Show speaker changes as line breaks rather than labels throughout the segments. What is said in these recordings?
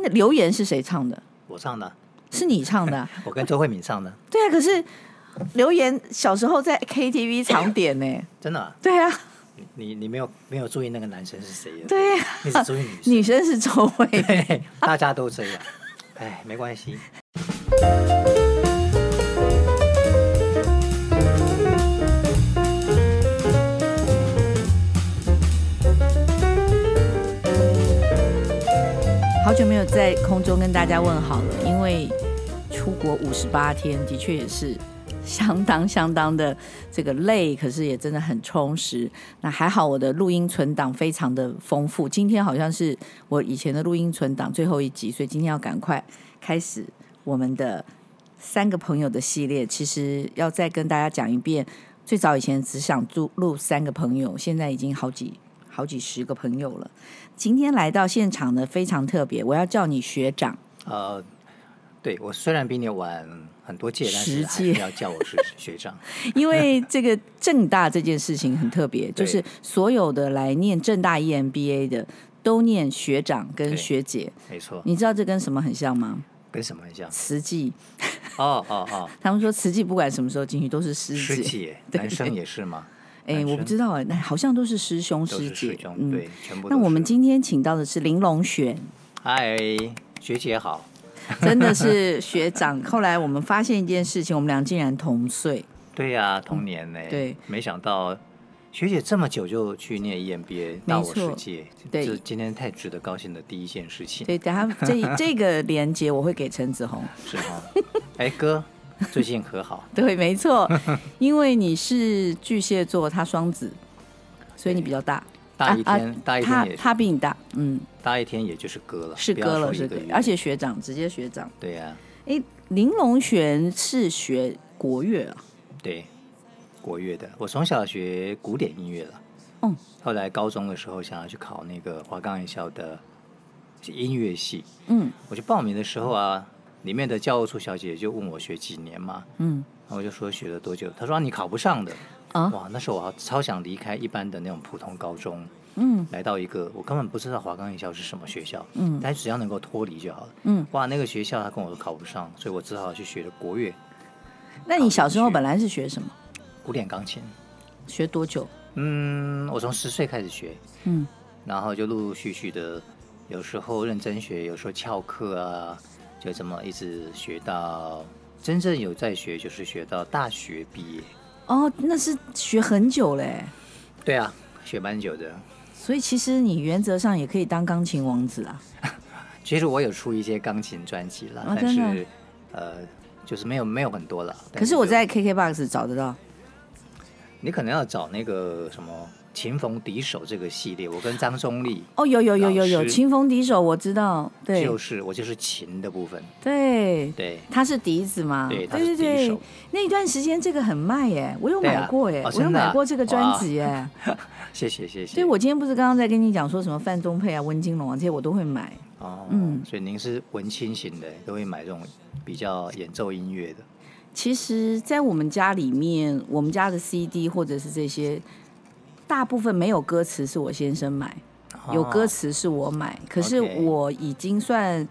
那留言是谁唱的？
我唱的，
是你唱的啊、
我跟周慧敏唱的，
对啊，可是留言小时候在 KTV 常点呢、
真的啊、
对啊，
你你你没有没有注意那个男生是谁的，
对啊，啊
你只注意女生。
女生是周慧敏
对，大家都这样，哎，没关系。
好久没有在空中跟大家问好了，因为出国五十八天，的确也是相当相当的这个累，可是也真的很充实。那还好，我的录音存档非常的丰富。今天好像是我以前的录音存档最后一集，所以今天要赶快开始我们的三个朋友的系列。其实要再跟大家讲一遍，最早以前只想录录三个朋友，现在已经好几好几十个朋友了。今天来到现场呢，非常特别，我要叫你学长，
呃，对我虽然比你晚很多届，但
十
是还
届
是要叫我学 学长。
因为这个正大这件事情很特别，就是所有的来念正大 E EMBA 的都念学长跟
对
学姐，
没错，
你知道这跟什么很像吗？
跟什么很像？
慈济，
哦哦哦，
他们说慈济不管什么时候进去都是师
师
姐，
姐，
对
男生也是吗？
哎、
男
我
生
不知道哎、那好像都是师兄
都
师
是
姐嗯
师，兄，对，全部都
那
是。
我们今天请到的是林龙 璇，
嗨，学姐好，
真的是学长。后来我们发现一件事情，我们俩竟然同岁，
对呀、同年呢、
嗯对，
没想到学姐这么久就去念 E EMBA，
没
到我
错
世界，
对
这是今天太值得高兴的第一件事 情，
对，等下这这个连接我会给陈子红。
是哈。哎哥，最近和 好，
对，没错，因为你是巨蟹座，他双子，所以你比较大。
大一天，大一
啊他
天也
他比你大，嗯，
大一天也就是哥了，
是
不要
哥了，
说一
是
个
哥
月，
而且学长，直接学长。
对呀、
哎，林龙璇是学国乐啊，
对，国乐的，我从小学古典音乐了，
嗯，
后来高中的时候想要去考那个华冈艺校的音乐系，
嗯
我去报名的时候啊，里面的教务处小姐就问我学几年嘛，
嗯
然后我就说学了多久，她说、啊、你考不上的。
啊
哇，那时候我超想离开一般的那种普通高中，
嗯
来到一个我根本不知道华冈艺校是什么学校，
嗯
但只要能够脱离就好了。
嗯。
哇，那个学校他跟我都考不上，所以我只好去学了国乐、
那你小时候本来是学什么？
古典钢琴。
学多久？
嗯，我从十岁开始学，
嗯
然后就陆陆续续的，有时候认真学，有时候翘课啊，就这么一直学到真正有在学，就是学到大学毕业。
哦，那是学很久嘞，
对啊，学蛮久的。
所以其实你原则上也可以当钢琴王子啊。
其实我有出一些钢琴专辑啦，
哦
但
真的
是呃，就是没有没有很多了。但
可是我
就
在 KKBOX 找得到。
你可能要找那个什么《琴逢敌手》这个系列，我跟张中立
哦，有有有有有，
老
《
师
清风敌手》我知道，对
就是我就是琴的部分，
对，
对。
他是笛子嘛？
对他
啊对
是笛
对
手
那一段时间这个很卖耶，我有
对啊
买过耶，
哦
我有
真的啊
买过这个专辑耶。
谢谢谢谢。
对，我今天不是刚刚在跟你讲说什么范仲沛啊、温金龙啊这些我都会买。
哦，
嗯
所以您是文青型的，都会买这种比较演奏音乐的。
其实，在我们家里面，我们家的 CD 或者是这些，大部分没有歌词是我先生买，有歌
词，
词是我买，可是
啊 OK
我已经算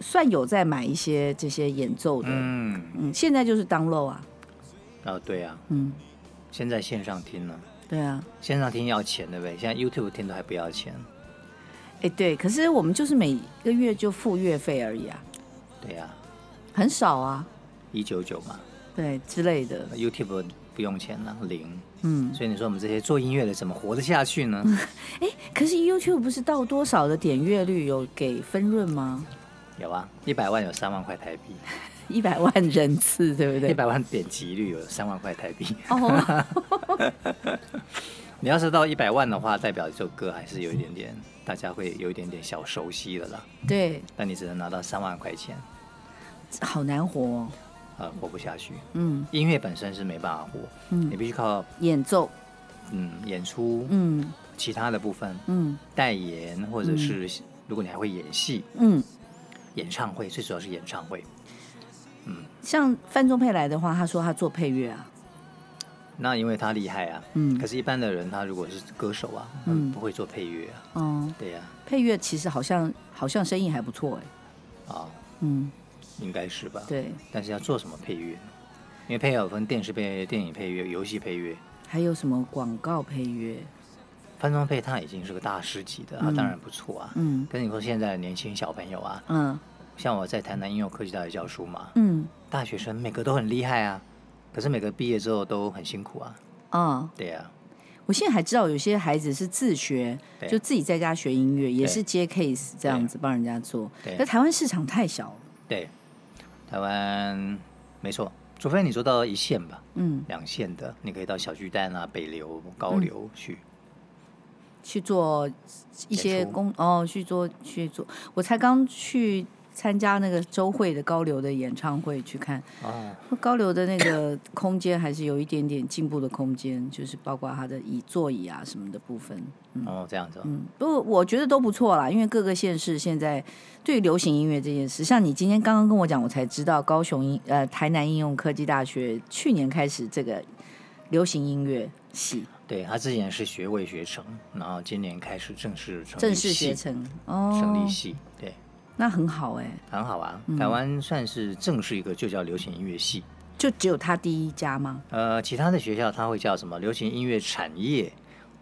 算有在买一些这些演奏的。嗯
嗯，
现在就是 download 啊，
哦，对啊，
嗯，
现在线上听了，
对啊。
线上听要钱对不对？现在 YouTube 听都还不要钱，
哎，对，可是我们就是每个月就付月费而已啊，
对呀、啊，
很少啊，
一九九嘛
对之类的，
，YouTube 不用钱了，零。
嗯。
所以你说我们这些做音乐的怎么活得下 去呢？
可是 YouTube 不是到多少的点阅率有给分润吗？
有啊，一百万有三万块台币，
一百万人次，对不
一
对？
百万点击率有三万块台币。
哦，
你要是到一百万的话，代表这首歌还是有一点点，大家会有一点点小熟悉的啦。
对，
但你只能拿到三万块钱，
好难活、哦。
呃，活不下去。
嗯，
音乐本身是没办法活，
嗯
你必须靠
演奏，
嗯演出，
嗯
其他的部分
嗯
代言，或者是、如果你还会演戏，
嗯，
演唱会最主要是演唱会。
像范仲沛来的话，他说他做配乐啊，
那因为他厉害啊，
嗯
可是，一般的人他如果是歌手啊，
嗯
嗯，不会做配乐啊，
嗯，
对呀、
配乐其实好像好像生意还不错哎，
啊，
嗯，
应该是吧？。
对，
但是要做什么配乐呢？因为配乐有分电视配乐、电影配乐、游戏配乐，
还有什么广告配乐？
潘宗沛他已经是个大师级的，他
嗯
当然不错啊。
嗯
跟你说，现在的年轻小朋友啊，
嗯
像我在台南应用科技大学教书嘛，
嗯
大学生每个都很厉害啊，可是每个毕业之后都很辛苦啊。
啊、
对啊，
我现在还知道有些孩子是自学，
对
就自己在家学音乐，也
对
是接 case 这样子帮人家做。
对
可台湾市场太小了，
对，台湾没错，除非你做到一线吧，
嗯，
两线的，你可以到小巨蛋啊、北流、高
嗯
流去。
去做一些
演出
工哦，去做去做。我才刚去参加那个周慧的高流的演唱会去看，
哦，
高流的那个空间还是有一点点进步的空间，就是包括它的椅座椅啊什么的部分。
哦，这样子哦、
嗯，不过我觉得都不错啦，因为各个县市现在对于流行音乐这件事，像你今天刚刚跟我讲，我才知道高雄音呃台南应用科技大学去年开始这个流行音乐系
对他之前是学位学成，然后今年开始正式成立
正式
系
学成
成
哦
立，系，对，
那很好哎、
很好啊。台湾算是正式一个就叫流行音乐系，
就只有他第一家吗？
呃，其他的学校它会叫什么？流行音乐产业、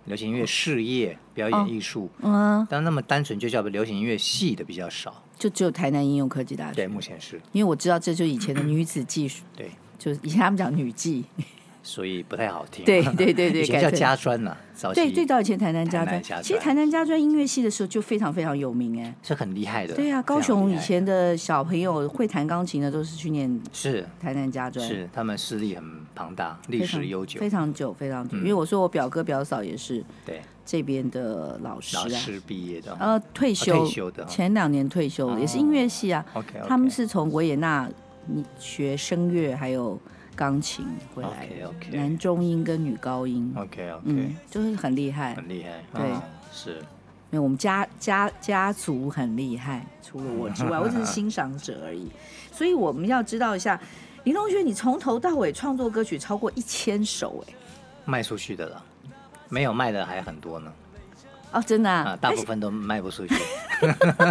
流行音乐事业、表演艺术。
哦嗯，
但那么单纯就叫流行音乐系的比较少，
就只有台南应用科技大学，
对，目前是
因为我知道这就是以前的女子技术，
对，
就是以前他们讲女技，
所以不太好听。
对对对对
以前叫
改成
家专呐、早期
对，最早以前台南家
台
专
南家，专
其实台南家专音乐系的时候就非常非常有名哎、
是很厉害的。
对啊，
非常
高雄
厉
以
害
前的小朋友会弹钢琴的，都是去念
是
台南家专，
是他们势力很庞大，历
非常
史悠久
非，常久，非常久。
嗯
因为我说我表哥表嫂也是
对，
这边的老师
老
啊，
师毕业的。
呃，退休，
退休的哦
前两年退休，
哦
也是音乐系啊。
OK，
他们是从维也纳你学声乐还有钢琴回来的
OK，OK
男中音跟女高音，
OK OK，、
嗯，就是很厉害。
很厉害。
对
哦是
因为我们家家家族很厉害，除了我之外，我只是欣赏者而已。所以我们要知道一下，林同学，你从头到尾创作歌曲超过一千首，哎，
卖出去的了，没有卖的还很多呢。
哦，真的啊，
啊，大部分都卖 不出去。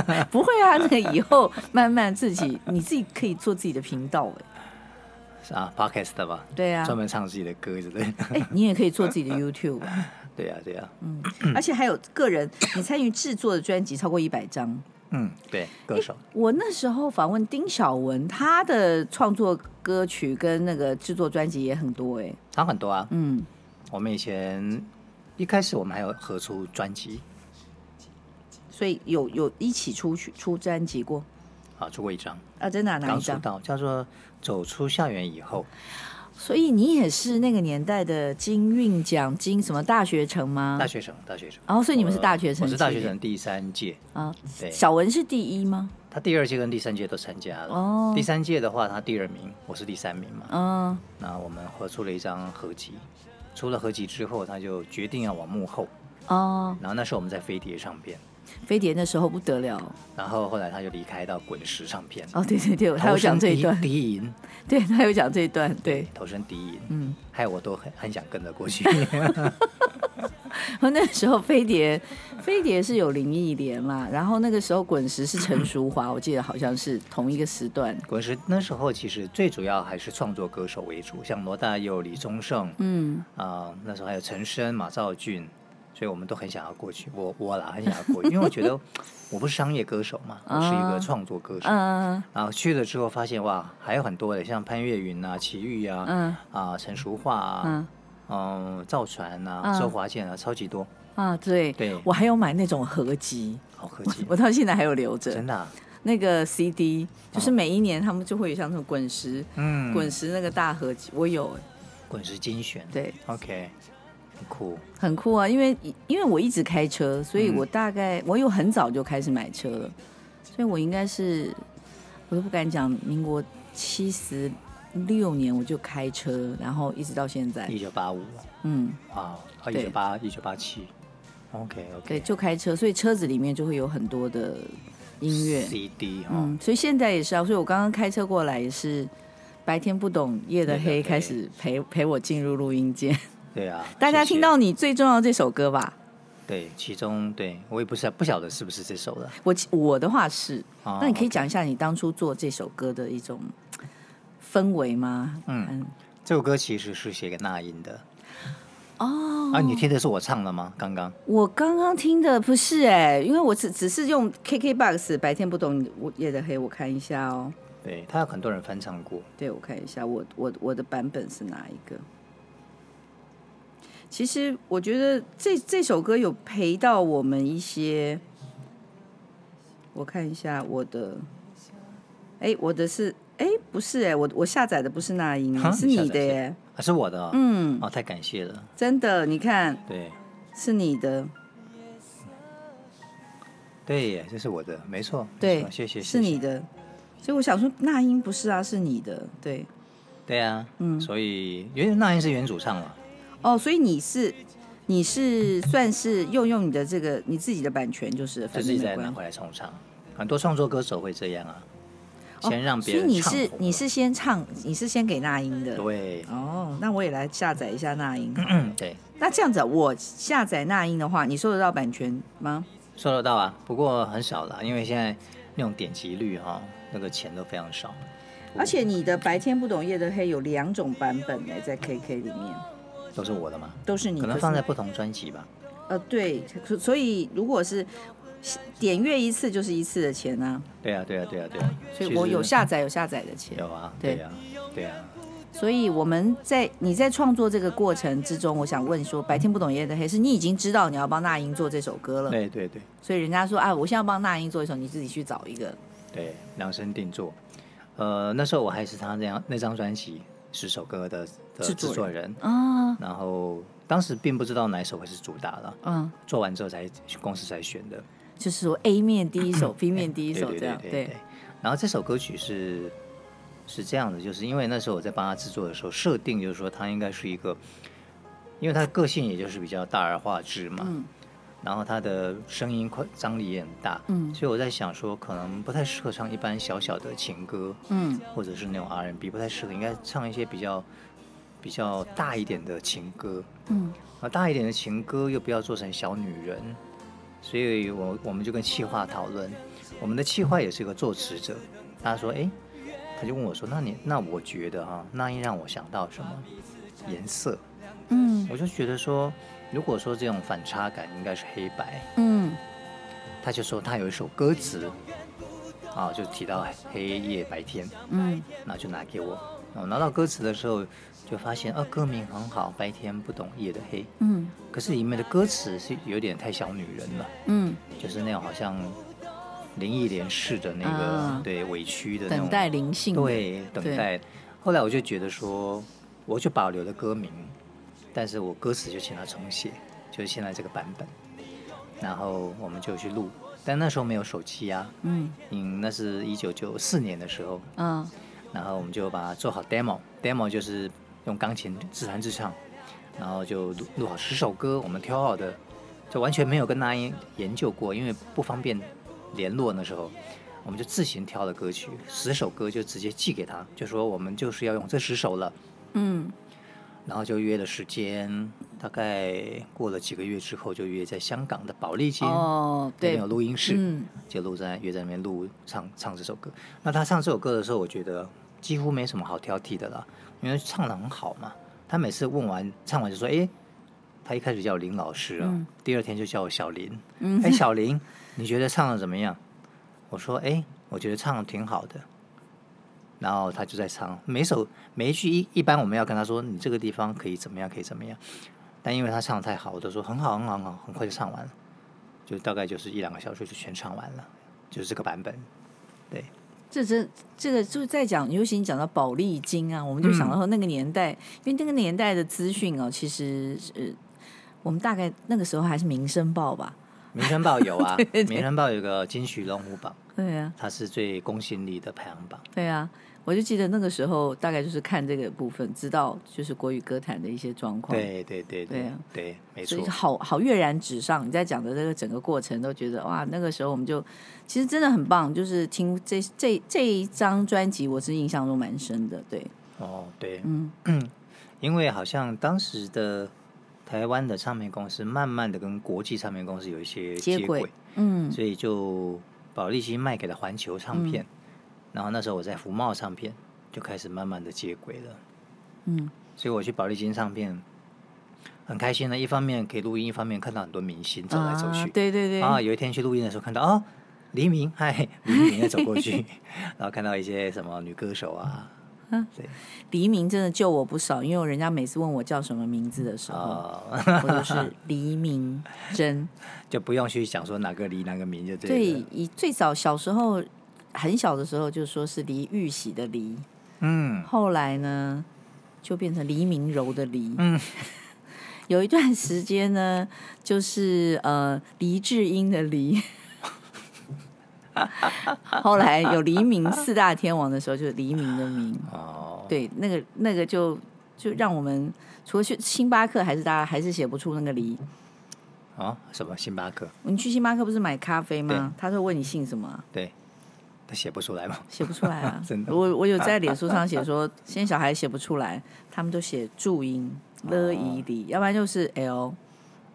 哎不会啊，那个以后慢慢自己，你自己可以做自己的频道，哎，
是啊，podcast 的吧，
对啊
专，门唱自己的歌之类的。
哎，你也可以做自己的 YouTube，
对呀、对呀、啊
嗯而且还有个人，你参与制作的专辑超过一百张。
嗯，对，歌手。
我那时候访问丁晓文，他的创作歌曲跟那个制作专辑也很多，哎，
他很多啊。
嗯，
我们以前一开始我们还有合出专辑
所以有有一起出去出专辑过
啊，出过一张，
啊，真的啊、哪
刚
一
出
张？
道，叫做《走出校园以后
所以你也是那个年代的金韵奖、金什么大学城》，吗？
大学生，大学生。
哦所以你们是大学生
呃我是大
系
学
列
生第三届，
啊，
对
小文是第一吗？
他第二届跟第三届都参加了。
哦
第三届的话，他第二名，我是第三名嘛。
嗯，
那我们合出了一张合集，出了合集之后，他就决定要往幕后。
哦，
然后那时候我们在飞碟唱片，
飞碟那时候不得了
然后后来他就离开到滚石唱片。
哦，对对对，他有
投身
讲这一
敌
段，
敌营，
对他有讲这一段，对，
投身敌营，
嗯，
害我都很很想跟着过去。
然后哦那时候飞碟，飞碟是有林忆莲嘛，然后那个时候滚石是陈淑华，我记得好像是同一个时段，
滚石那时候其实最主要还是创作歌手为主，像罗大佑、李宗盛啊、
嗯，
那时候还有陈升、马兆俊，所以我们都很想要过去。我我啦，很想要过去，因为我觉得我不是商业歌手嘛，我是一
啊
个创作歌手。
嗯
然后去了之后发现哇，还有很多的，像潘越云啊、齐豫啊、
嗯
啊陈淑桦啊
嗯、
嗯、赵传啊、
嗯
周华健啊，超级多，
啊，对，
对
我还有买那种合 集，
好可惜，
我到现在还有留着
真。的啊、哦
那个 CD，就是每一年他们就会有像那种滚石、
嗯，
滚石那个大合集，我有、欸，
滚石精选，
对，
，OK，很酷，
很酷啊，因为因为我一直开车，所
嗯
以我大概、我有很早就开始买车了，所以我应该是我都不敢讲，民国七十六年我就开车，然后一直到现在
一，九八五。
嗯，
啊，啊，一
对
九八一九八七，OK
对，
OK，
就开车，所以车子里面就会有很多的音乐，
CD 哈、
嗯嗯，所以现在也是啊，所以我刚刚开车过来也是白天不懂夜的黑
夜的黑
开始陪陪我进入录音间。
对啊，
大家
谢谢
听到你最重要的这首歌吧？
对，其中对我也不是不晓得是不是这首的。
我我的话是，
哦
那你可以
OK
讲一下你当初做这首歌的一种氛围吗？
嗯，这首歌其实是写给那英的
哦，
啊。你听的是我唱的吗？刚刚
我刚刚听的不是哎、因为我只只是用 KKBOX 白天不懂夜的黑，我看一下哦。
对他有很多人翻唱过，
对，我看一下，我我我的版本是哪一个？其实我觉得这这首歌有陪到我们一些。我看一下我的，哎，我的是哎不是哎，我我下载的不是那英
哈，
是
你下
你的
载是
耶，
啊，是我的、哦。
嗯，
哦，太感谢了。
真的，你看
对
是你的，
对耶，这是我的，没错。没
对
错，谢谢，
是
谢谢
你。的，所以我想说那英不是啊，是你的，对，
对啊，嗯，所以原那英是原主唱嘛，
哦，所以你是你是算是用用你的这个你自己的版权，就是
就
反
自
正
己
没
再
关
拿回来重唱。很多创作歌手会这样啊，
哦
先让
所
别
以
人
你
唱
是
红
你
了
是先唱，你是先给那英的。
对，
哦，那我也来下载一下那英。
嗯，对，
那这样子啊、我下载那英的话，你收得到版权吗？
收得到啊，不过很少啦，因为现在那种点击率哈、那个钱都非常少。
而且你的《白天不懂夜的黑》有两种版本呢，在 KK 里面
都是我的嘛，
都是你
可能
可是
放在不同专辑吧。
呃对，所所以如果是点阅一次就是一次的钱啊，
对啊，对啊，对啊，对啊。
所以
其实
我有下载有下载的钱。
有啊，
对
对啊，对啊，
所以我们在你在创作这个过程之中，我想问说，白天不懂夜的黑是你已经知道你要帮那英做这首歌了，
对对对
所以人家说啊，我现在要帮那英做一首，你自己去找一个。
对，量身定做。呃，那时候我还是他那样那张专辑十首歌的的
制
制
作人
作人，
啊，
然后当时并不知道哪一首会是主打了，
嗯，
做完之后才公司才选的。
就是说 A 面第一首，B 面第一
对
首
对
这
对
样，
对对。然后这首歌曲是是这样的，就是因为那时候我在帮他制作的时候，设定就是说他应该是一个，因为他的个性也就是比较大而化之嘛，
嗯
然后他的声音快张力也很大，
嗯
所以我在想说可能不太适合唱一般小小的情歌，
嗯
或者是那种 R&B 不太适合，应该唱一些比较比较大一点的情歌，
嗯，
啊，大一点的情歌又不要做成小女人，所以我我们就跟气化讨论，我们的气化也是一个作词者，他说，诶，他就问我说，那你那我觉得哈、那一让我想到什么颜色，
嗯
我就觉得说，如果说这种反差感应该是黑白，
嗯
他就说他有一首歌词，啊，就提到黑夜白天，
嗯
那就拿给我，我拿到歌词的时候就发现，啊，歌名很好，白天不懂夜的黑。
嗯
可是里面的歌词是有点太小女人了，
嗯，
就是那种好像林忆莲式的那个、
啊
对委屈的那种
等待灵性。，
对等待。后来我就觉得说，我就保留了歌名，但是我歌词就请他重写，就是现在这个版本。然后我们就去录，但那时候没有手机啊，
嗯
嗯，那是一九九四年的时候，
啊
然后我们就把它做好 demo，demo 就是用钢琴自弹自唱，然后就录录好十首歌，我们挑好的，就完全没有跟大家研究过，因为不方便联络那时候，我们就自行挑的歌曲，十首歌就直接寄给他，就说我们就是要用这十首了，
嗯
然后就约了时间，大概过了几个月之后就约在香港的保利街。
哦
那边
对
有，录音室，
嗯
就录在约在那边录唱唱这首歌。那他唱这首歌的时候，我觉得几乎没什么好挑剔的了，因为唱的很好嘛。他每次问完唱完就说：“诶，他一开始叫我林老师啊，
嗯
第二天就叫我小林。
嗯
诶，小林，你觉得唱的怎么样？”我说：“诶，我觉得唱的挺好的。”然后他就在唱，每首每一句一一般我们要跟他说你这个地方可以怎么样，可以怎么样。但因为他唱的太好，我就说很好，很好，很好，很快就唱完了，就大概就是一两个小时就全唱完了，就是这个版本。对，
这这这个就是在讲，尤其你讲到宝丽金啊，我们就
嗯
想到说那个年代，因为那个年代的资讯哦，其实呃，我们大概那个时候还是《民生报》吧，
《民生报》有啊，民生报》有个金曲龙虎榜，
对啊，
它是最公信力的排行榜。
对啊，我就记得那个时候大概就是看这个部分，知道就是国语歌坛的一些状况。，
对对对
哦对
对
啊
对，没
所
错
以。好好跃然纸上。你在讲的这个整个过程，都觉得哇，那个时候我们就其实真的很棒，就是听这这这一张专辑，我是印象中蛮深的。对，
哦，对，
嗯，
因为好像当时的台湾的唱片公司，慢慢的跟国际唱片公司有一些
接
接
轨
轨，
嗯，
所以就宝丽金卖给了环球唱片，然后那时候我在福茂唱片就开始慢慢的接轨了。
嗯，
所以我去宝丽金唱片很开心呢，一方面可以录音，一方面看到很多明星走来走去。
啊对对对，
啊，有一天去录音的时候看到哦，黎明，嗨，黎明也走过 去，然后看到一些什么女歌手啊，
嗯
对，
黎明真的救我不少，因为人家每次问我叫什么名字的时候，
哦，
我都是黎明真。
就不用去想说哪个黎哪个明就对了。
对，以最早小时候很小的时候就说是黎玉玺的黎，
嗯，
后来呢就变成黎明柔的黎。
嗯，
有一段时间呢，就是呃黎智英的黎。后来有黎 明四大天王的时候，就是黎明的明。
哦，
对，那个那个就就让我们除了去星巴克，还是大家还是写不出那个黎。
哦，什么星巴克？
你去星巴克不是买咖啡吗？他会问你姓什么啊、
对，他写不出来嘛。！
写不出来啊
真的
我我有在脸书上写 说，现在小孩写不出来，他们都写注音了、以、里，要不然就是 l，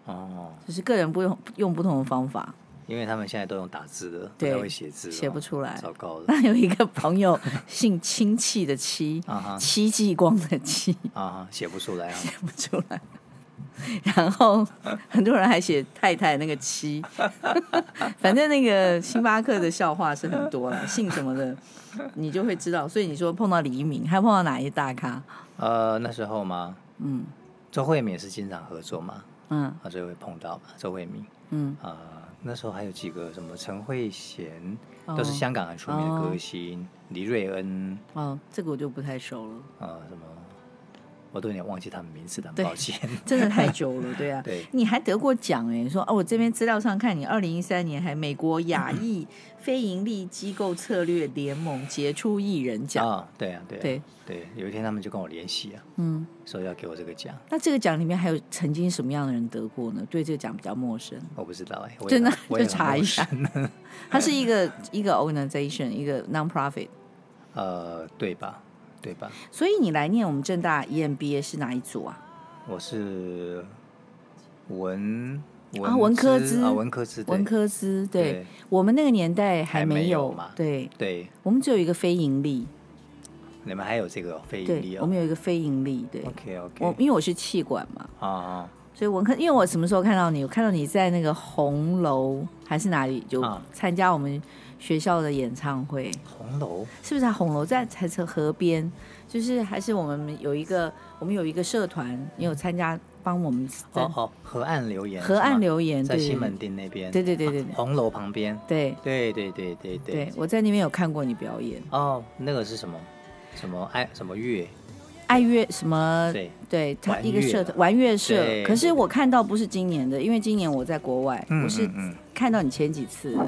哦，
只是个人不用用不同的方法。
因为他们现在都用打字的，不
对
太会写字了，哦
写不出来
糟糕了。
那有一个朋友姓亲戚的戚
啊哈，
戚继光的戚，
啊哈，写不出来啊。
写不出来。然后 很多人还写太太那个妻，反正那个星巴克的笑话是很多了，姓什么的你就会知道。所以你说碰到黎明，还碰到哪一大咖？
呃，那时候嘛，
嗯
周慧敏也是经常合作嘛，
嗯
啊，所以会碰到嘛，周慧敏。
嗯，
啊，那时候还有几个什么陈慧娴，
哦
都是香港很出名的歌星，黎瑞恩，
哦，这个我就不太熟了，
啊，什么，我都有点忘记他们名字了，很
对
抱歉。
真的太久了，对啊。
对
你还得过奖哎、你说哦，我这边资料上看你二零一三年还美国 亚裔非盈利机构策略联盟杰出艺人奖，
啊，对啊，对啊，
对
对，有一天他们就跟我联系啊，
嗯，
说要给我这个奖，
那这个奖里面还有曾经什么样的人得过呢？对这个奖比较陌生，
我不知道哎，我也
真的
很我
就
也很
查
陌
一下
生
它是一个一个 organization，一个 non-profit，
呃，对吧？对吧？
所以你来念我们正大 E EMBA 是哪一组啊？
我是文
啊文科资
啊，文科资，对
文科资，对
对
我们那个年代还
还没
没
有
有
嘛
对
对，
我们只有一个非盈利，
你们还有这个哦非盈利
对，我
哦
们有一个非盈利，对。
，OK
我
OK，
因为我是气管嘛，
啊啊。
所以文科，因为我什么时候看到你？我看到你在那个红楼还是哪里，就
啊
参加我们学校的演唱会，
红楼哦
是不是在红楼？在才是河边，就是还是我们有一个我们有一个社团，你有参加帮我们在
哦哦，河岸留言，
河岸留言，
言在
对
西门町那边，啊
对对对对对
红楼旁边，
对
对对对对对
对，我在那边有看过你表演，
哦，那个是什么？什么爱什么乐？
爱乐什么？
对，
对他
玩
一个
乐
社团玩乐社，
对
可是我看到不是今年的，因为今年我在国外，
嗯
我是
嗯嗯
看到你前几次的，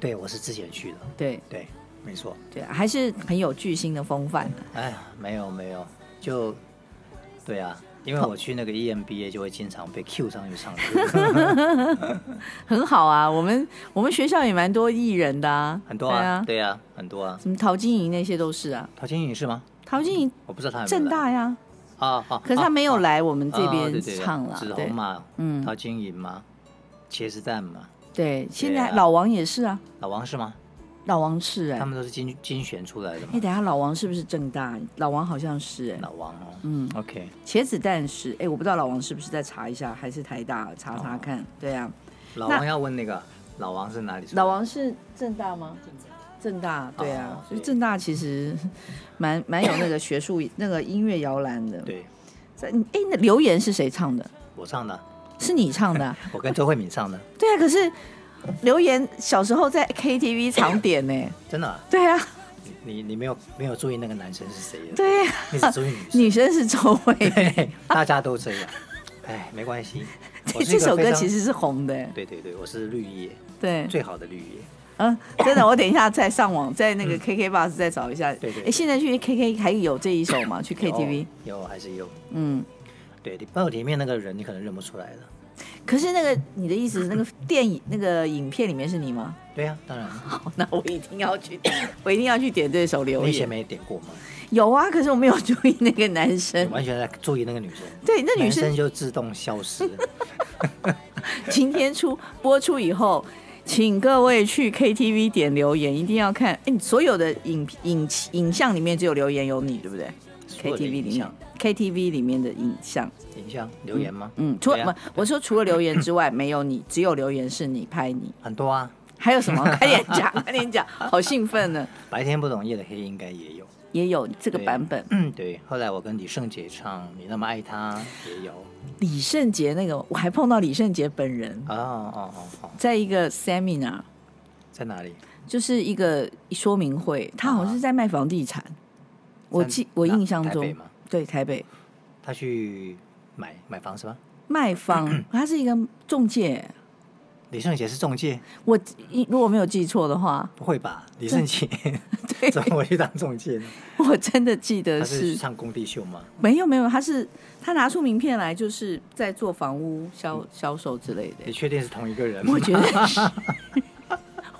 对我是之前去的，
对。
对，没错。
对，啊还是很有巨星的风范的。
哎呀，没有没有，就对啊，因为我去那个 E EMBA 就会经常被 Q 上去唱 歌，
很好啊。我们我们学校也蛮多艺人的啊，
很多
对
啊
啊，，
对啊，很多啊。
什么陶晶莹那些都是啊。
陶晶莹是吗？
陶晶莹
我不知道他有没有
正
来
大呀，
啊啊，
可是她没有来我们这
啊
边
对对对
唱了。
紫
对
红嘛，
嗯
陶晶莹嘛，茄子蛋嘛，
对，现在
啊
老王也是啊，
老王是吗？
老王是哎
他。们都是精精选出来的嘛
哎，。等一下老王是不是正大？老王好像是哎。
老王哦，
嗯
，OK，
茄子蛋是哎，我不知道老王是不是再查一下，还是台大查
哦
查看。对啊，
老王要问那个老王是哪里出来的？
老王是正大吗？正大，对啊，
哦
所以
对
正大其实 蛮蛮有那个学术那个音乐摇篮的。
对
在，哎，那留言是谁唱的？
我唱的，
是你唱 的啊、
我跟周慧敏唱的，
对啊，可是留言小时候在 KTV 常点 呢、
真的啊，
对啊，
你你没有没有注意那个男生是谁的，
对啊，
你只注意女生，
女生是周慧。。
对，大家都这样，哎，没关系 我是一
这
个
首
非
歌
常
其实是红的、
对对对，我是绿叶，
对，
最好的绿叶，
嗯，真的，我等一下再上网，在那个 KK Bus 再找一下。
嗯对对
哎，现在去 KK 还有这一首吗？去 KTV？
有有还是有，
嗯，
对，你包括里面那个人你可能认不出来了。
可是那个你的意思，是那个电影那个影片里面是你吗？
对呀、当然，
好， 那我一定要去， 我一定要去点这首留
我以前
言。
没点过嘛，
有啊，可是我没有注意那个男
我
生。
完全在注意那个女生，
嗯对，那女
男
生
生就自动消失。
今天出播出以后，请各位去 KTV 点留言，一定要看。哎、你所有的影影影像里面只有留言有你，对不对
所有的
？KTV 里
影
面
像，
KTV 里面的影像，
影像留言吗？
嗯，除
对
了、
啊
不，我说除了留言之外，没有你，只有留言是你拍你。
很多啊，
还有什么？ 快点讲，快点讲，好兴奋呢！
白天不懂夜的黑应该也有。
也有这个
对
版本，
嗯，对。后来我跟李圣杰唱《你那么爱他》也有。
李圣杰那个，我还碰到李圣杰本人，
哦哦哦哦，
在一个 seminar，
在哪里？
就是一个说明会，他好像是在卖房地产。我
在
记我
哪
印象
台北
中，
吗？
对台北
他去买买房是吧？
卖
嗯
方，他是一个中介。
李圣杰是中介？
我一如果没有记错的话，
不会吧？李圣杰怎么会去当中介呢？
我真的记
他
得
是
呃是
唱工地秀吗？
没有没有，他是他拿出名片来，就是在做房屋
嗯
销销售之类
你
的。
确定是同一个人吗？
我觉得是，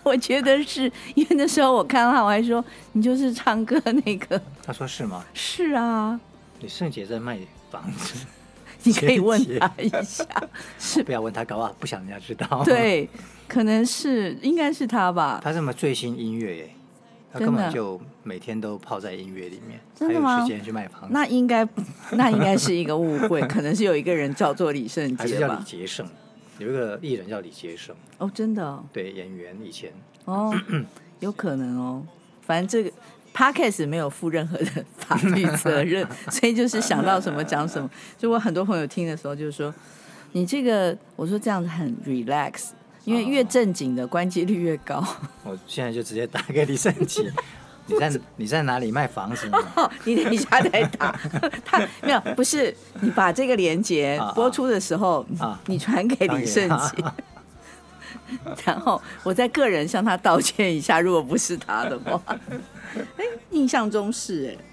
我觉得是因为那时候我看到他，我还说你就是唱歌那个。
他说是吗？
是啊，
李圣杰在卖房子，
你可以问
谢谢
他一 下，是
不要问他，搞不好不想人家知道。，
对，可能是应该是他吧。
他这么最新音乐耶，他根
真
本
的
就每天都泡在音乐里面，
真
还
的
有
吗
时间去卖房子，
那应该，那应该是一个误会，可能是有一个人叫做李圣
还是
杰
叫李
吧？
杰胜，有一个艺人叫李杰胜，
哦，真的哦
对，演员以前
哦，有可能哦。反正这个 podcast 没有负任何的法律责 任，所以就是想到什么讲什么。所以我很多朋友听的时候就是说，你这个，我说这样子很 relax，因为越正经的关机率越高。
我现在就直接打给李圣 杰，你在你在哪里卖房子呢？
哦，你等一下再 打，他没有，不是你把这个连接
啊啊
播出的时候，
啊
你传 给李圣 杰，然后我再个人向他道歉一下，如果不是他的 话，哎，印象中是哎，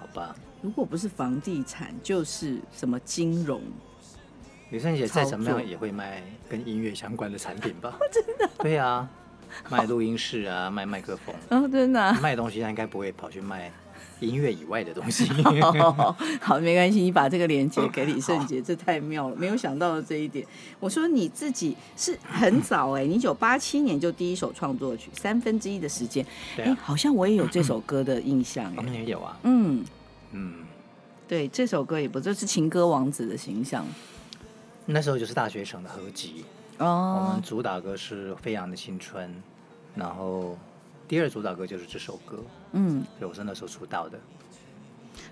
好吧，
如果不是房地产，就是什么金融，
李圣杰再怎么
操
样
作
也会卖跟音乐相关的产品 吧？真的？对啊，卖录音室啊，卖麦克风，
哦，真的啊、
卖东西他应该不会跑去卖音乐以外的 东西。
哦，好，没关系，你把这个链接给李圣杰，这太妙了，没有想到这一点。我说你自己是很早哎、你一九八七年就第一首创作曲，三分之一的时间，哎、
对啊
好像我也有这首歌的印象
我
哎、
们也有啊，
嗯，
嗯，
对，这首歌也不就是情歌王子的形象
那时候就是大学城的合集，我
哦
们，主打歌是《飞扬的青春》，然后第二主打歌就是这首歌，
嗯，
所以我是那时候出道的。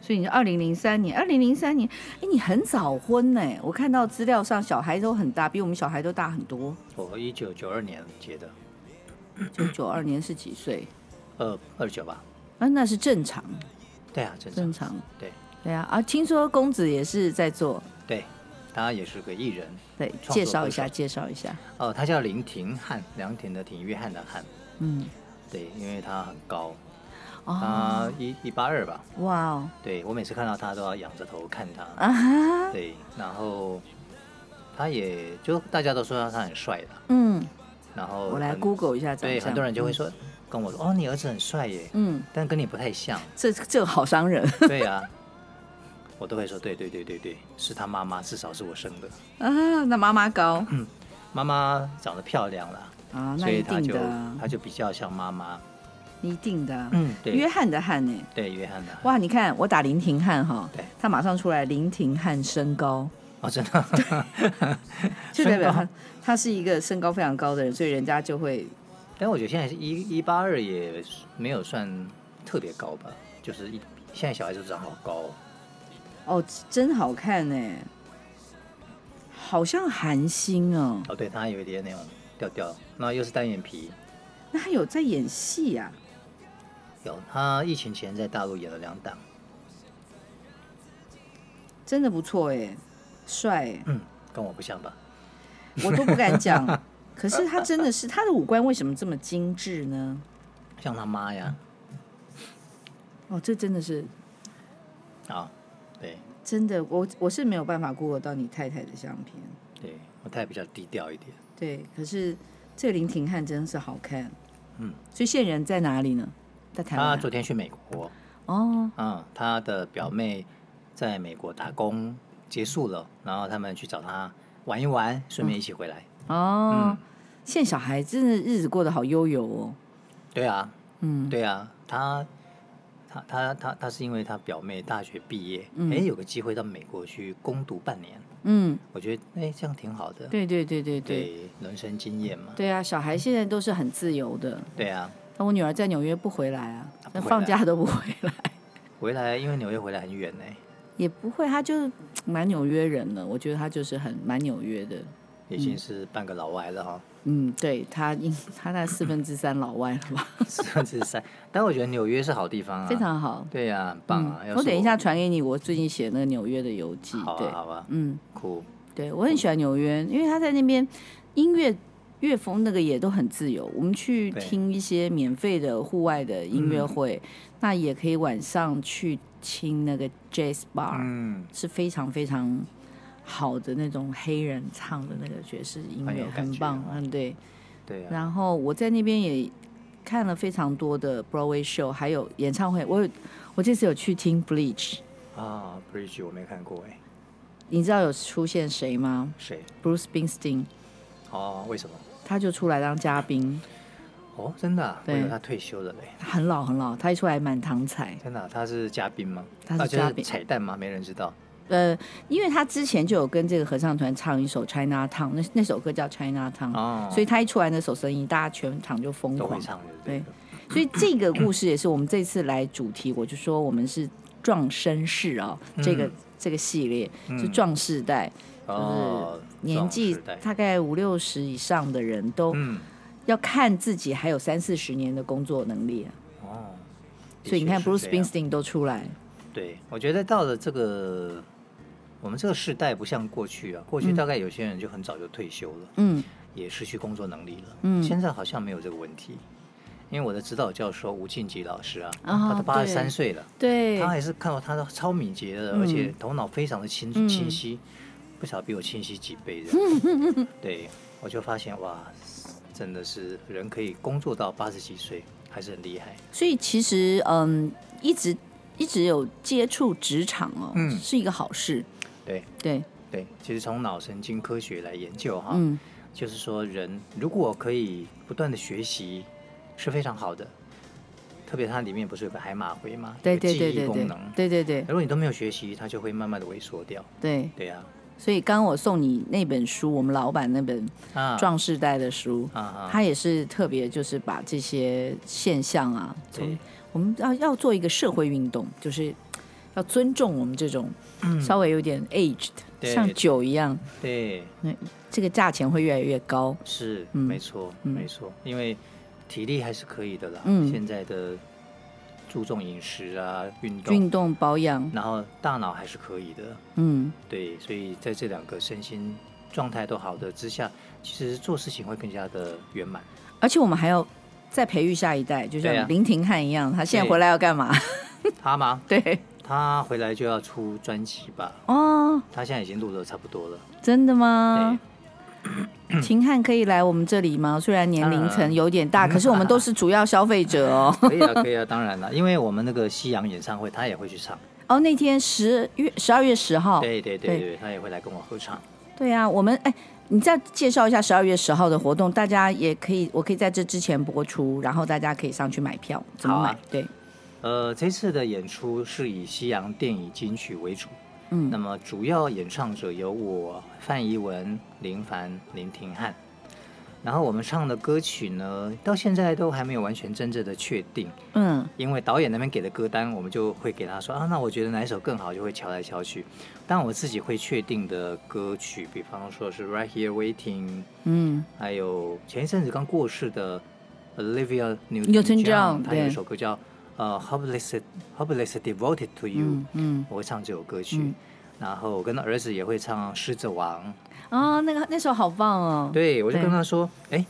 所以你是二零零三年，二零零三年，哎、你很早婚呢、我看到资料上小孩都很大，比我们小孩都大很多，
我一九九二年结的，
就九二年是几岁？
二呃二九吧？
啊，那是正常，
对啊，正
正
常。
常。
对
对啊，啊，听说公子也是在做，
对，他也是个艺人。
对，
创作
介绍一
歌
下，
手
介绍一下，
哦，他叫林廷汉，梁廷的廷，约翰的汉。
嗯，
对，因为他很高，
哦，
他一一八二吧。
哇哦，
对我每次看到他都要仰着头看他。
啊哈，
对，然后他也就大家都说他很帅的，
嗯，
然后
我来
很
Google 一下长
对，
相，
很多人就会说跟我说哦，你儿子很帅耶，
嗯，嗯，
但跟你不 太像。
这这个好伤人
对啊，我都会说对对对对对，是他妈妈，至少是我生的，
啊，那妈妈高
妈妈长得漂亮啦，
啊，那
嗯所
一
以他
定
就
的啊，
他就比较像妈妈。
一定的啊，
嗯，
约
对
翰的汉呢？
对，约翰的。
哇，你看我打林廷汉哈
对，
他马上出来林廷汉身高，
哦，真的。
就代表
身高
他他是一个身高非常高的人，所以人家就会
但我觉得现在是一一八二也没有算特别高吧，就是一现在小孩子都长好高哦、
哦，真好看呢，好像韩星哦。
哦，对，他有一点那种调调，那又是单眼皮。
那他有在演戏啊呀、
有他疫情前在大陆演了两档，
真的不错哎，帅哎，
嗯，跟我不像吧？
我都不敢讲。可是他真的是他的五官为什么这么精致呢？
像他妈呀，
哦，这真的是
啊，对
真的，我我是没有办法 Google 到你太太的相片。
对，我太太比较低调一点。
对，可是这林廷汉真是好看。
嗯，
所以现人在哪里呢？在台
她
湾。啊
昨天去美国，
哦，
嗯，她的表妹在美国打工结束了，然后他们去找她玩一玩，顺便一起回来。
哦
嗯，
现在小孩真的日子过得好悠游哦。
对啊，
嗯，
对啊，她她她她她是因为她表妹大学毕业，哎、
嗯
有个机会到美国去攻读半年，
嗯，
我觉得哎、诶这样挺好的，
对对对对对
对人生经验嘛，
对啊，小孩现在都是很自由的。
对啊，
那我女儿在纽约不回来啊
她，不
那
回
放
来
假都不回来，
回来因为纽约回来很远呢、
也不会，她就是蛮纽约人了。我觉得她就是很蛮纽约的。
已经是半个老外了哈、
嗯，对她应 她那四分之三老外了吧，
四分之三。但我觉得纽约是好地方啊，
嗯非常好。
对呀、很棒啊。
嗯
要是
我等一下传给你，我最近写那个纽约的游记。
好
对
啊，，好啊，
嗯，
酷，
对我很喜欢纽约，因为他在那边音乐乐风那个也都很自由。我们去
对嗯
听一些免费的户外的音乐会，那也可以晚上去听那个 jazz bar，、
嗯，
是非常非常好的那种黑人唱的那个爵士音
很
乐，
有感
很
觉
棒
哦，
嗯，对。
对啊呀、
然后我在那边也看了非常多的 Broadway show，还有演唱会。我有我这次有去听 Bleach，
啊。Bridge 我没看过哎，
你知道有出现谁吗
谁？
？Bruce Springsteen，
哦，为什么？
他就出来当嘉宾，
哦，真的、啊，我
对
以为他退休了嘞。
他很老很老，他一出来满堂彩。
真的啊、他是嘉宾吗？
他是
啊
嘉宾
就是彩蛋吗？没人知道。
呃，因为他之前就有跟这个合唱团唱一首 China Town，那那首歌叫 China Town，、
哦，
所以他一出来那首声音，大家全场就疯
都会
狂。
唱，对不对？
所以这个故事也是我们这次来主题，我就说我们是壮绅士啊、这个
嗯
这个系列
嗯
是壮世代，
哦，
年纪
壮时代
大概五六十以上的人都
嗯，
要看自己还有三四十年的工作能力啊、
哦，的
所以你
确
看
是
，Bruce
这样啊
Springsteen 都出来，
对，我觉得到了这个我们这个时代，不像过去啊，过去大概有些人就很早就退休了，
嗯
也失去工作能力了。
嗯
现在好像没有这个问题，因为我的指导教授吴敬吉老师啊，
啊
他都八十
对
三岁了，
对
他还是看到他的超敏捷的，
嗯
而且头脑非常的清、
嗯
清晰，不晓得比我清晰几倍这样。 对，我就发现哇，真的是人可以工作到八十几岁，还是很厉害。
所以其实嗯，一直一直有接触职场哦，
嗯
是一个好事，
对
对，
对，其实从脑神经科学来研究哈，
嗯
就是说人如果可以不断的学习，是非常好的。特别它里面不是有个海马回吗？
对
有个
对对
记忆
对
功
对
能。
对对对
如果你都没有学习，它就会慢慢的萎缩掉。
对，
对啊呀、
所以刚刚我送你那本书，我们老板那本
啊，啊，
《壮世代》的书，
啊啊，
他也是特别就是把这些现象啊，从
对
我们要要做一个社会运动，就是要尊重我们这种稍微有点 aged，、
嗯对
像酒一样，
对，
这个价钱会越来越高。
是、
嗯
没错，
嗯
没错，因为体力还是可以的啦。
嗯
现在的注重饮食啊，运动，
运动保养，
然后大脑还是可以的。
嗯，
对，所以在这两个身心状态都好的之下，其实做事情会更加的圆满。
而且我们还要再培育下一代，就
对啊
像林廷汉一样，他现在
对
回来要干嘛？
他吗？
对，
他回来就要出专辑吧？
哦，
他现在已经录的差不多了。
真的吗
对？，
秦汉可以来我们这里吗？虽然年龄
嗯
层有点 大，可是我们都是主要消费者哦。
可以啊， 可以啊，当然了，因为我们那个西洋演唱会他也会去唱。
哦，那天十月十二月十号，
对对对
哦对
对，他也会来跟我合唱。
对啊，我们哎，你再介绍一下十二月十号的活动，大家也可以，我可以在这之前播出，然后大家可以上去买票，怎么
好
买？
啊
对，
呃，这次的演出是以西洋电影金曲为主，
嗯
那么主要演唱者有我范怡文、林凡、林廷汉。然后我们唱的歌曲呢，到现在都还没有完全真正的确定，
嗯
因为导演那边给的歌单，我们就会给他说啊，那我觉得哪一首更好，就会敲来敲去。但我自己会确定的歌曲，比方说是《Right Here Waiting》，
嗯
还有前一阵子刚过世的 Olivia
Newton-John，
Newton-John，她有
对
一首歌叫呃《Hopeless Hopeless Devoted to You》，
嗯嗯，
我会唱这首歌曲。
嗯
然后我跟他儿子也会唱《狮子王》，
哦，那个那首好棒哦。
对，我就跟
对
他说，哎，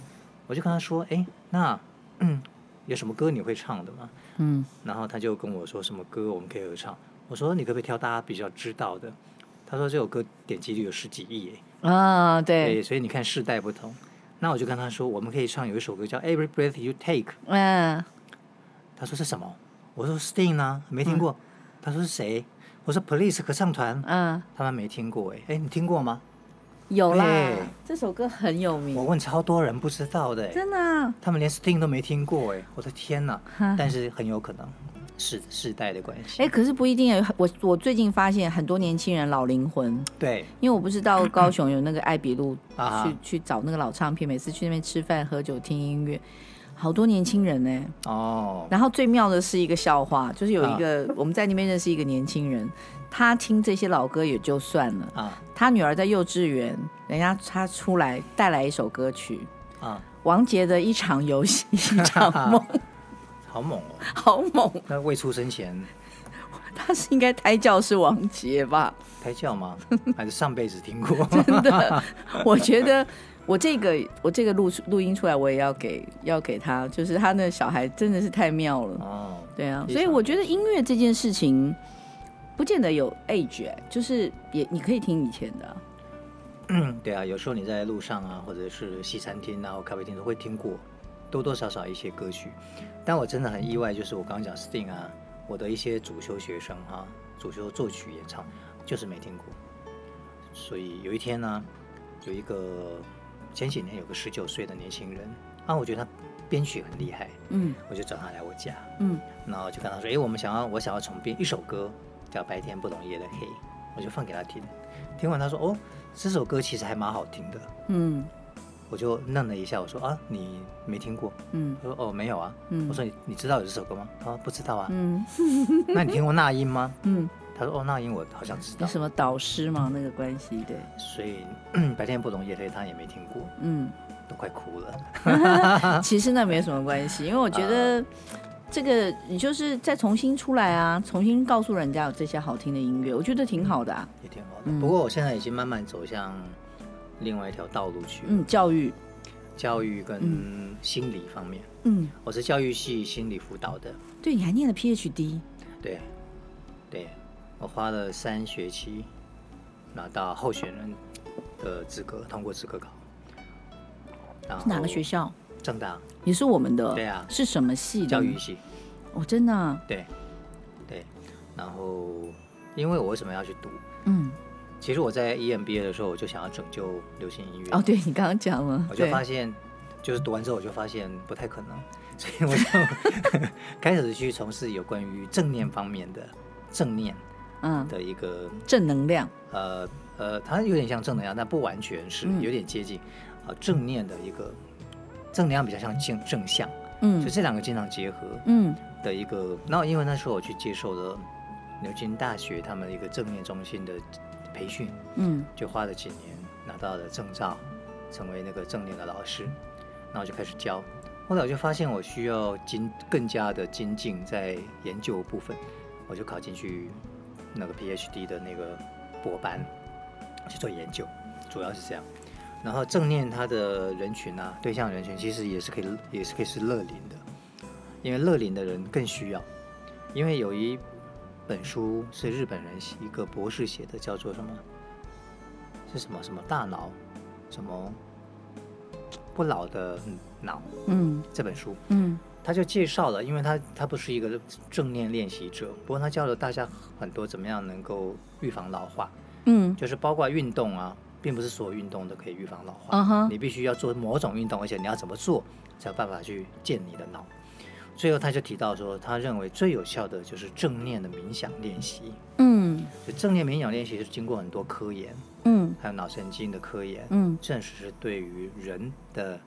我就跟他说，哎，那嗯，有什么歌你会唱的吗？
嗯，
然后他就跟我说什么歌我们可以合唱。我说你可不可以挑大家比较知道的？他说这首歌点击率有十几亿耶。
啊，对，
对，所以你看世代不同。那我就跟他说，我们可以唱有一首歌叫《Every Breath You Take》。
嗯，
他说是什么？我说 Sting 啊，没听过。他说是谁？我说 Police 合唱团，
嗯，
他们没听过哎、哎，你听过吗？
有啦
对，
这首歌很有
我
名，
问超多人不知道的、哎
真的啊、
他们连 Sting 都没听过哎、我的天哪！
哈
但是很有可能是世代的关系。
哎、可是不一定耶。我我最近发现很多年轻人老灵魂，
对，
因为我不是到高雄有那个爱比路
啊
去去找那个老唱片，每次去那边吃饭、喝酒、听音乐，好多年轻人呢、
哦，
然后最妙的是一个笑话，就是有
啊
一个、我们在那边认识一个年轻人，他听这些老歌也就算了，
啊
他女儿在幼稚园，人家他出来带来一首歌曲，
啊，
王杰的一场游戏 一场梦，
好猛哦！
好猛！
那未出生前
他是应该胎教是王杰吧？
胎教吗？还是上辈子听过？
我觉得我这个我这个录录音出来，我也要给要给他，就是他那小孩真的是太妙了，
哦，
对啊，
非常
所以我觉得音乐这件事情不见得有 age，、哎就是也你可以听以前的啊、
嗯对啊，有时候你在路上啊，或者是西餐厅啊、或咖啡厅都会听过多多少少一些歌曲。但我真的很意外，就是我刚刚讲 Sting 啊，我的一些主修学生啊，主修作曲演唱，就是没听过。所以有一天呢，有一个前几年有个十九岁的年轻人啊，我觉得他编曲很厉害，
嗯
我就找他来我家，
嗯
然后就跟他说：“诶，哎我们想要我想要重编一首歌，叫《白天不懂夜的黑》，我就放给他听。听完他说：‘哦，这首歌其实还蛮好听的。
嗯’
我就愣了一下，我说：‘啊，你没听过
嗯？’
他说：‘哦，没有啊。’
嗯
我说你：‘你知道有这首歌吗？’他说：‘不知道啊。
嗯
那你听过那英吗？
嗯，
他说：‘哦，那英我好像知
有
道。
什么导师嘛那个关系对，’
所以嗯白天不懂夜的黑他也没听过，
嗯，
都快哭了。啊
其实那没什么关系，因为我觉得。这个你就是再重新出来啊，重新告诉人家有这些好听的音乐，我觉得挺好的啊。
也挺好的。
嗯
哦不过我现在已经慢慢走向另外一条道路去了，
嗯，教育，
教育跟心理方面，
嗯，
我是教育系心理辅导的，
对，你还念了 PhD，
对，对，我花了三学期拿到候选人的资格，通过资格考。然
是哪个学
校？
校？
正大
也是我们的，
哦对啊
是什么系的？
教育系，
哦，真的啊、
对，对。然后，因为我为什么要去读？
嗯，
其实我在 E EMBA 的时候，我就想要拯救流行音乐。
哦，对你刚刚讲了，
我就
对，
发现，就是读完之后我就发现不太可能，所以我 就开始去从事有关于正念方面的正念
嗯，
的一个
正能量，
呃呃，它有点像正能量，但不完全是，
嗯
有点接近啊、呃正念的一个正能量比较像正正向，
嗯
就这两个经常结合
嗯
的一个。那因为那时候我去接受了牛津大学他们的一个正念中心的培训，
嗯
就花了几年拿到了证照，成为那个正念的老师，然后就开始教。后来我就发现我需要精更加的精进在研究部分，我就考进去那个 PhD 的那个博班去做研究，主要是这样。然后正念它的人群啊，对象人群其实也是可以，也是可以是乐龄的，因为乐龄的人更需要。因为有一本书是日本人写一个博士写的，叫做什么？是什么什么大脑，什么不老的脑
嗯
这本书，
嗯
他就介绍了，因为他他不是一个正念练习者，不过他教了大家很多怎么样能够预防老化，
嗯
就是包括运动啊，并不是所有运动都可以预防老化，
嗯哼
你必须要做某种运动，而且你要怎么做才有办法去健你的脑。最后他就提到说，他认为最有效的就是正念的冥想练习，
嗯
就正念冥想练习是经过很多科研，
嗯
还有脑神经的科研，
嗯
证实是对于人的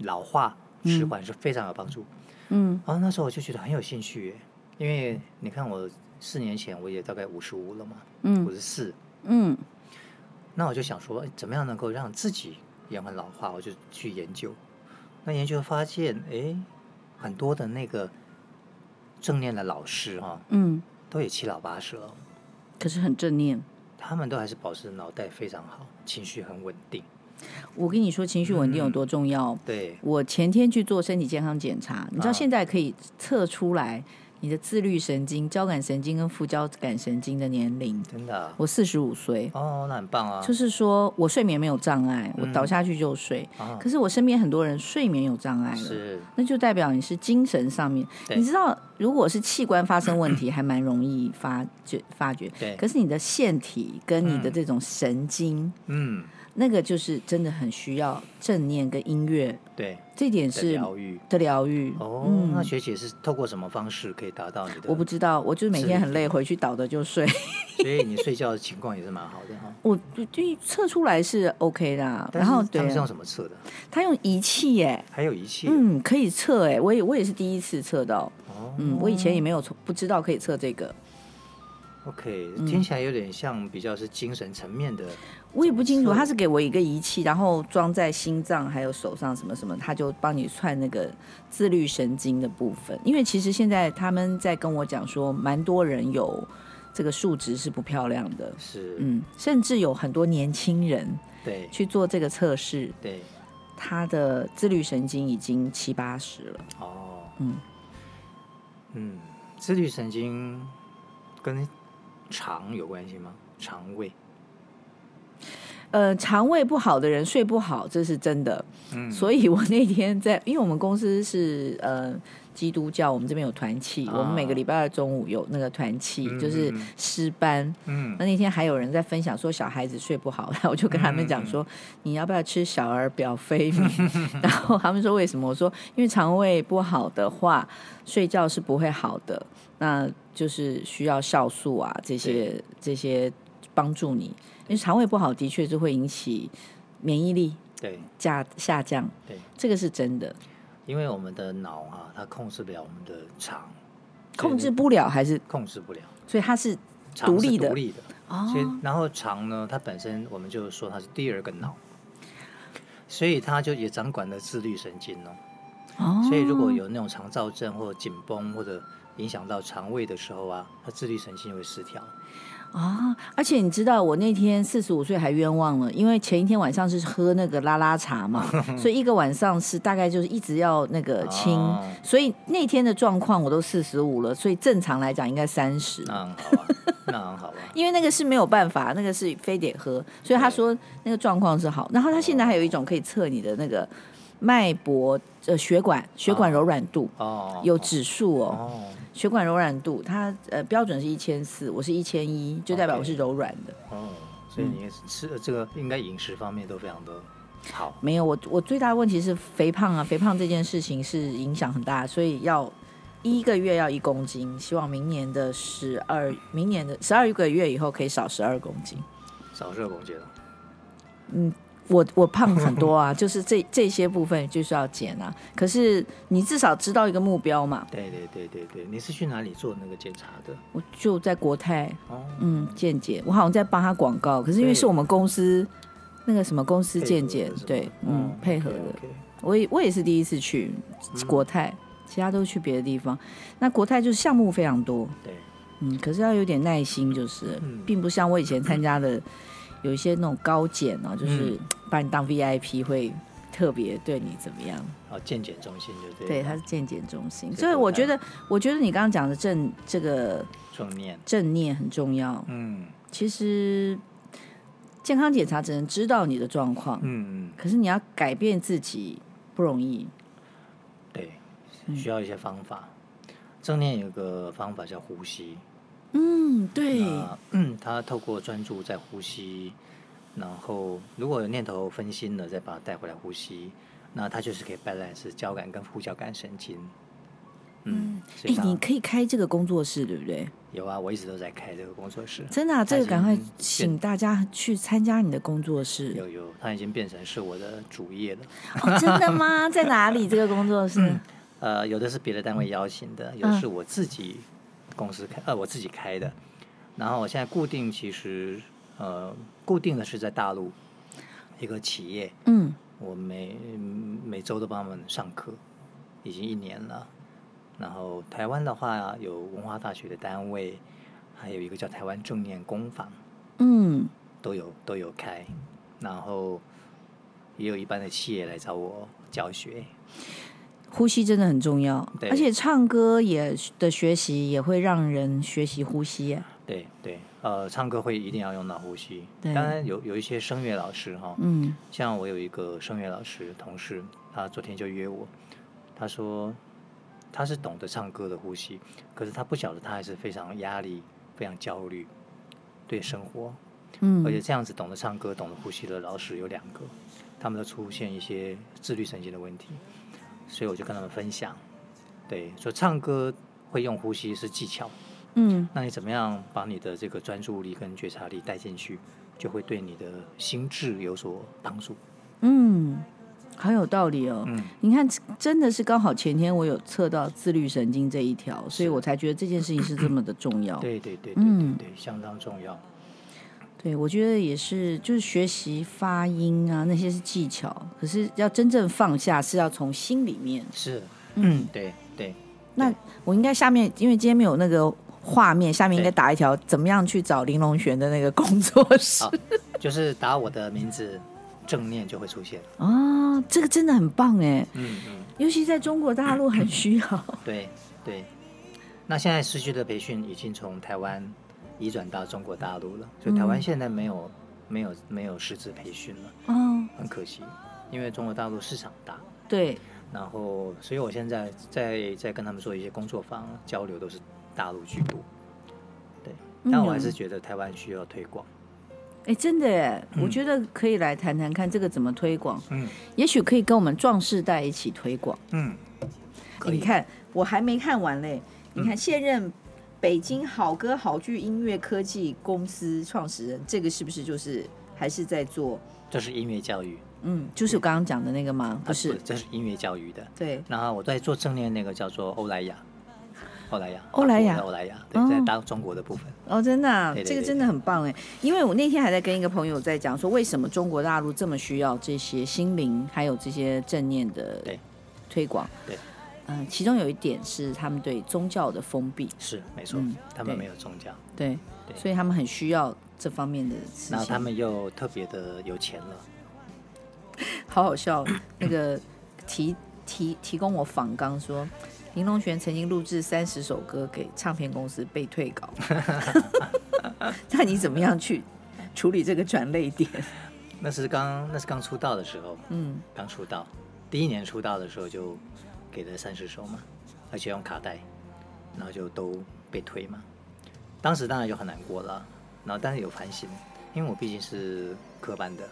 老化
嗯
迟缓是非常有帮助。啊
嗯
然后那时候我就觉得很有兴趣耶，因为你看我四年前我也大概五十五了嘛，五
嗯
十四，
嗯
那我就想说，哎怎么样能够让自己延缓老化？我就去研究，那研究发现，哎，很多的那个正念的老师哈、
嗯，
都也七老八十了，
可是很正念，
他们都还是保持脑袋非常好，情绪很稳定。
我跟你说，情绪稳定有多重要。
对，
我前天去做身体健康检查，你知道
啊
现在可以测出来你的自律神经、交感神经跟副交感神经的年龄。
真的啊、
我四十五岁，
哦，那很棒啊。嗯
就是说我睡眠没有障碍，我倒下去就睡。
啊
可是我身边很多人睡眠有障碍了，
是
那就代表你是精神上面。
对
你知道，如果是器官发生问题，还蛮容易发觉发觉。
对
可是你的腺体跟你的这种神经，
嗯，
那个就是真的很需要正念跟音乐，
对，
这点
的
是
疗愈。
的疗愈。嗯
哦，那学姐是透过什么方式可以达到你的？
我不，知道，我就是每
是
天很累，回去倒着就睡。
所以你睡觉的情况也是蛮好的哈。
我就就测出来是 OK 的，
但
然
是
后
他
对
们是
啊，
用什么测的？
他用仪器耶，
还有仪器。
嗯，可以测哎，我也我也是第一次测到，
哦，
嗯，我以前也没有测不知道可以测这个，
OK，听
嗯
起来有点像比较是精神层面的。
我也不清楚，
测
他是给我一个仪器，然后装在心脏还有手上什么什么，他就帮你串那个自律神经的部分。因为其实现在他们在跟我讲说，蛮多人有这个数值是不漂亮的，
是，
嗯，甚至有很多年轻人
对
去做这个测试，
对，
他的自律神经已经七八十了。
哦，
嗯
嗯，自律神经跟肠有关系吗？肠胃，
呃，肠胃不好的人睡不好，这是真的。
嗯，
所以我那天在，因为我们公司是呃基督教，我们这边有团契，
啊
我们每个礼拜二中午有那个团契，
嗯
就是
嗯嗯
诗班。
嗯
那那天还有人在分享说小孩子睡不好，然 后我就跟他
嗯
们讲说，你要不要吃小儿表飞 米？然后他们说为什么？我说因为肠胃不好的话，睡觉是不会好的，那就是需要酵素啊这些这些帮助你，因为肠胃不好的确是会引起免疫力
对
下下降，
对，
这个是真的，
因为我们的脑啊，它控制不了我们的肠，所以
控制不了还是，
控制不了，
所以它是
肠是
独立的
独立的。
哦
所以，然后肠呢，它本身我们就说它是第二个脑，所以它就也掌管了自律神经哦。
哦
所以如果有那种肠燥症或紧绷或者影响到肠胃的时候啊，它自律神经会失调。
啊，而且你知道，我那天四十五岁还冤枉了，因为前一天晚上是喝那个拉拉茶 嘛，所以一个晚上是大概就是一直要那个清，
哦
所以那天的状况我都四十五了，所以正常来讲应该三十、
那很好啊，那很好啊。
因为那个是没有办法，那个是非得喝，所以他说那个状况是好。然后他现在还有一种可以测你的那个脉搏，呃，血管血管
哦
柔软度。
哦，
有指数哦，
哦
血管柔软度，它呃标准是一千四，我是一千一，就代表
OK
我是柔软的。
哦，所以你吃了这个应该饮食方面都非常的好。
没有，我我最大的问题是肥胖啊，肥胖这件事情是影响很大，所以要一个月要一公斤，希望明年的十二，明年的十二个月以后可以少十二公斤。
少热公斤了，
我我胖很多 啊，就是这这些部分就是要减啊。可是你至少知道一个目标嘛，
对对对对对，你是去哪里做那个检查的？
我就在国泰，
哦，
嗯，健检，我好像在帮他广告，可是因为
对
是我们公司那个什么公司
配合
健
的哦
检
是吗，
对，嗯，配合的。
OK，OK
我也我也是第一次去
嗯
国泰，其他都去别的地方。那国泰就是项目非常多，
对，
嗯，可是要有点耐心，就是、
嗯
并不像我以前参加的有一些那种高检啊，就是
嗯
把你当 VIP 会。特别对你怎么样？
哦，健检中心就
对，
对了，
它是嗯健检中心，
是
所以
国
我
泰
觉得，我觉得你刚刚讲的正这个
正念，
正念很重要。
嗯
其实健康检查只能知道你的状况，
嗯，嗯
可是你要改变自己不容易。
对，
嗯
需要一些方法。正念有个方法叫呼吸，
嗯，对
那嗯，他透过专注在呼吸，然后如果有念头分心了，再把它带回来呼吸，那它就是可以 balance 交感跟副交感神经。嗯，所
哎
以，它
你可以开这个工作室，对不对？
有啊，我一直都在开这个工作室，
真的、啊，
它
这
已
个赶快
经
请大家去参加你的工作室。
嗯有有，它已经变成是我的主业了。
哦，真的吗？在哪里？这个工作 室？
呃，有的是别的单位邀请的，有的
嗯
是我自己公司开，呃，我自己开的。然后我现在固定其实呃，固定的是在大陆一个企业，
嗯，
我每嗯每周都帮他们上课，已经一年了。然后台湾的话有文化大学的单位，还有一个叫台湾正念工坊，
嗯，
都有都有开，然后也有一般的企业来找我教学。
呼吸真的很重要，
对
而且唱歌也的学习也会让人学习呼吸耶。
对对，呃，唱歌会一定要用到呼吸。
对
当然有有一些声乐老师哈，
嗯
像我有一个声乐老师同事，他昨天就约我，他说他是懂得唱歌的呼吸，可是他不晓得他还是非常压力、非常焦虑，对生活，而且
嗯，
这样子懂得唱歌、懂得呼吸的老师有两个，他们都出现一些自律神经的问题，所以我就跟他们分享，对，说唱歌会用呼吸是技巧，
嗯
那你怎么样把你的这个专注力跟觉察力带进去，就会对你的心智有所帮助。
嗯，很有道理哦。
嗯，
你看，真的是刚好前天我有测到自律神经这一条，所以我才觉得这件事情是这么的重要。
对对对对
嗯
对哦对，相当重要。
对，我觉得也是，就是学习发音啊那些是技巧，可是要真正放下是要从心里面。
是，嗯，对对，
那
对
我应该下面，因为今天没有那个画面，下面应该
对
打一条怎么样去找玲珑璇的那个工作室
好。就是打我的名字，正念就会出现。
哦，这个真的很棒哎，
嗯嗯，
尤其在中国大陆很需要。
对对。那现在失去的培训已经从台湾移转到中国大陆了，所以台湾
嗯
现在没有、没有没有师资培训了，
哦，
很可惜，因为中国大陆市场大。
对，
然后，所以我现在在在跟他们做一些工作坊交流，都是大陆居多。对，
嗯
但我还是觉得台湾需要推广。
哎，真的哎，我觉得可以来谈谈看这个怎么推广，
嗯
也许可以跟我们壮世代一起推广。
嗯，可
你
以。嗯
看，我还没看完嘞。你看，现任北京好歌好剧音乐科技公司创始人，这个是不是就是还是在做？
这是音乐教育，
嗯，就是我刚刚讲的那个吗？不是
啊，这是音乐教育的。
对，
然后我在做正念那个叫做欧莱雅，欧莱雅，
欧莱雅
法国的欧莱雅，对，
哦
在当中国的部分。
哦，真的啊、
对对
这个
对
真的很棒哎。因为我那天还在跟一个朋友在讲说，为什么中国大陆这么需要这些心灵还有这些正念的
对
推广？
对
嗯、其中有一点是他们对宗教的封闭，
是，没错
嗯，
他们
对
没有宗教，
对，
对
所以他们很需要这方面的事情。
然后他们又特别的有钱了。
好好笑，哦 那个提提提供我访刚说，林隆璇曾经录制三十首歌给唱片公司被退 稿， 那你怎么样去处理这个转泪点？
那是刚那是刚出道的时候，
嗯，
刚出道，第一年出道的时候就给了三十首嘛，而且用卡带，然后就都被推嘛。当时当然就很难过了，然后但是有反省，因为我毕竟是科班的，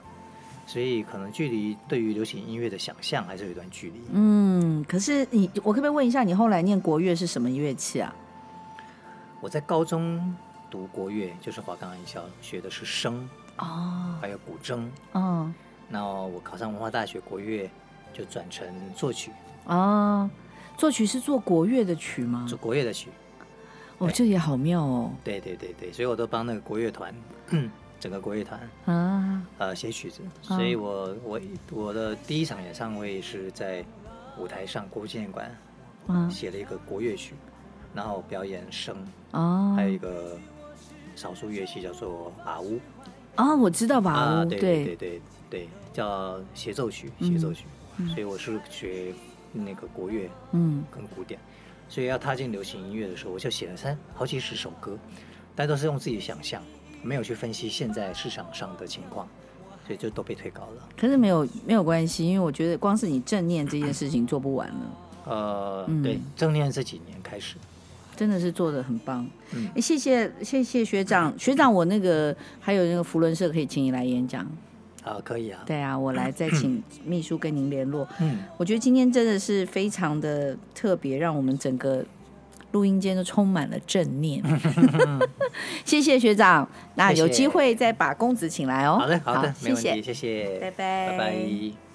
所以可能距离对于流行音乐的想象还是有一段距离。
嗯，可是你，我可不可以问一下，你后来念国乐是什么乐器啊？
我在高中读国乐，就是华冈艺校学的是笙，
哦，
还有古筝。
嗯，
然后我考上文化大学国乐，就转成作曲，
哦，作曲是做国乐的曲吗？
做国乐的曲。
哦，这也好妙哦，
对对对对，所以我都帮那个国乐 团，整个国乐团
啊，
呃写曲子，所以我我我的第一场演唱会是在舞台上国父纪念馆
啊，
写了一个国乐曲，然后表演笙，
哦
还有一个少数乐器叫做把乌
啊，我知道吧？
对对对对对，叫协奏曲协奏曲，所以我是学那个国乐
嗯，
跟古典，所以要踏进流行音乐的时候，我就写了三好几十首歌，但都是用自己想象，没有去分析现在市场上的情况，所以就都被退稿了。
可是没有没有关系，因为我觉得光是你正念这件事情做不完了，
呃，
嗯
对，正念这几年开始，
真的是做的很棒。
嗯
诶谢谢谢谢学长，学长我那个还有那个福伦社可以请你来演讲，
啊、可以啊，
对啊，我来再请秘书跟您联络。
嗯，
我觉得今天真的是非常的特别，让我们整个录音间都充满了正 念。谢谢学长，那有
谢谢
机会再把公子请来哦。
好的，好的，没
谢
问
谢，
题，谢谢，
拜拜
拜拜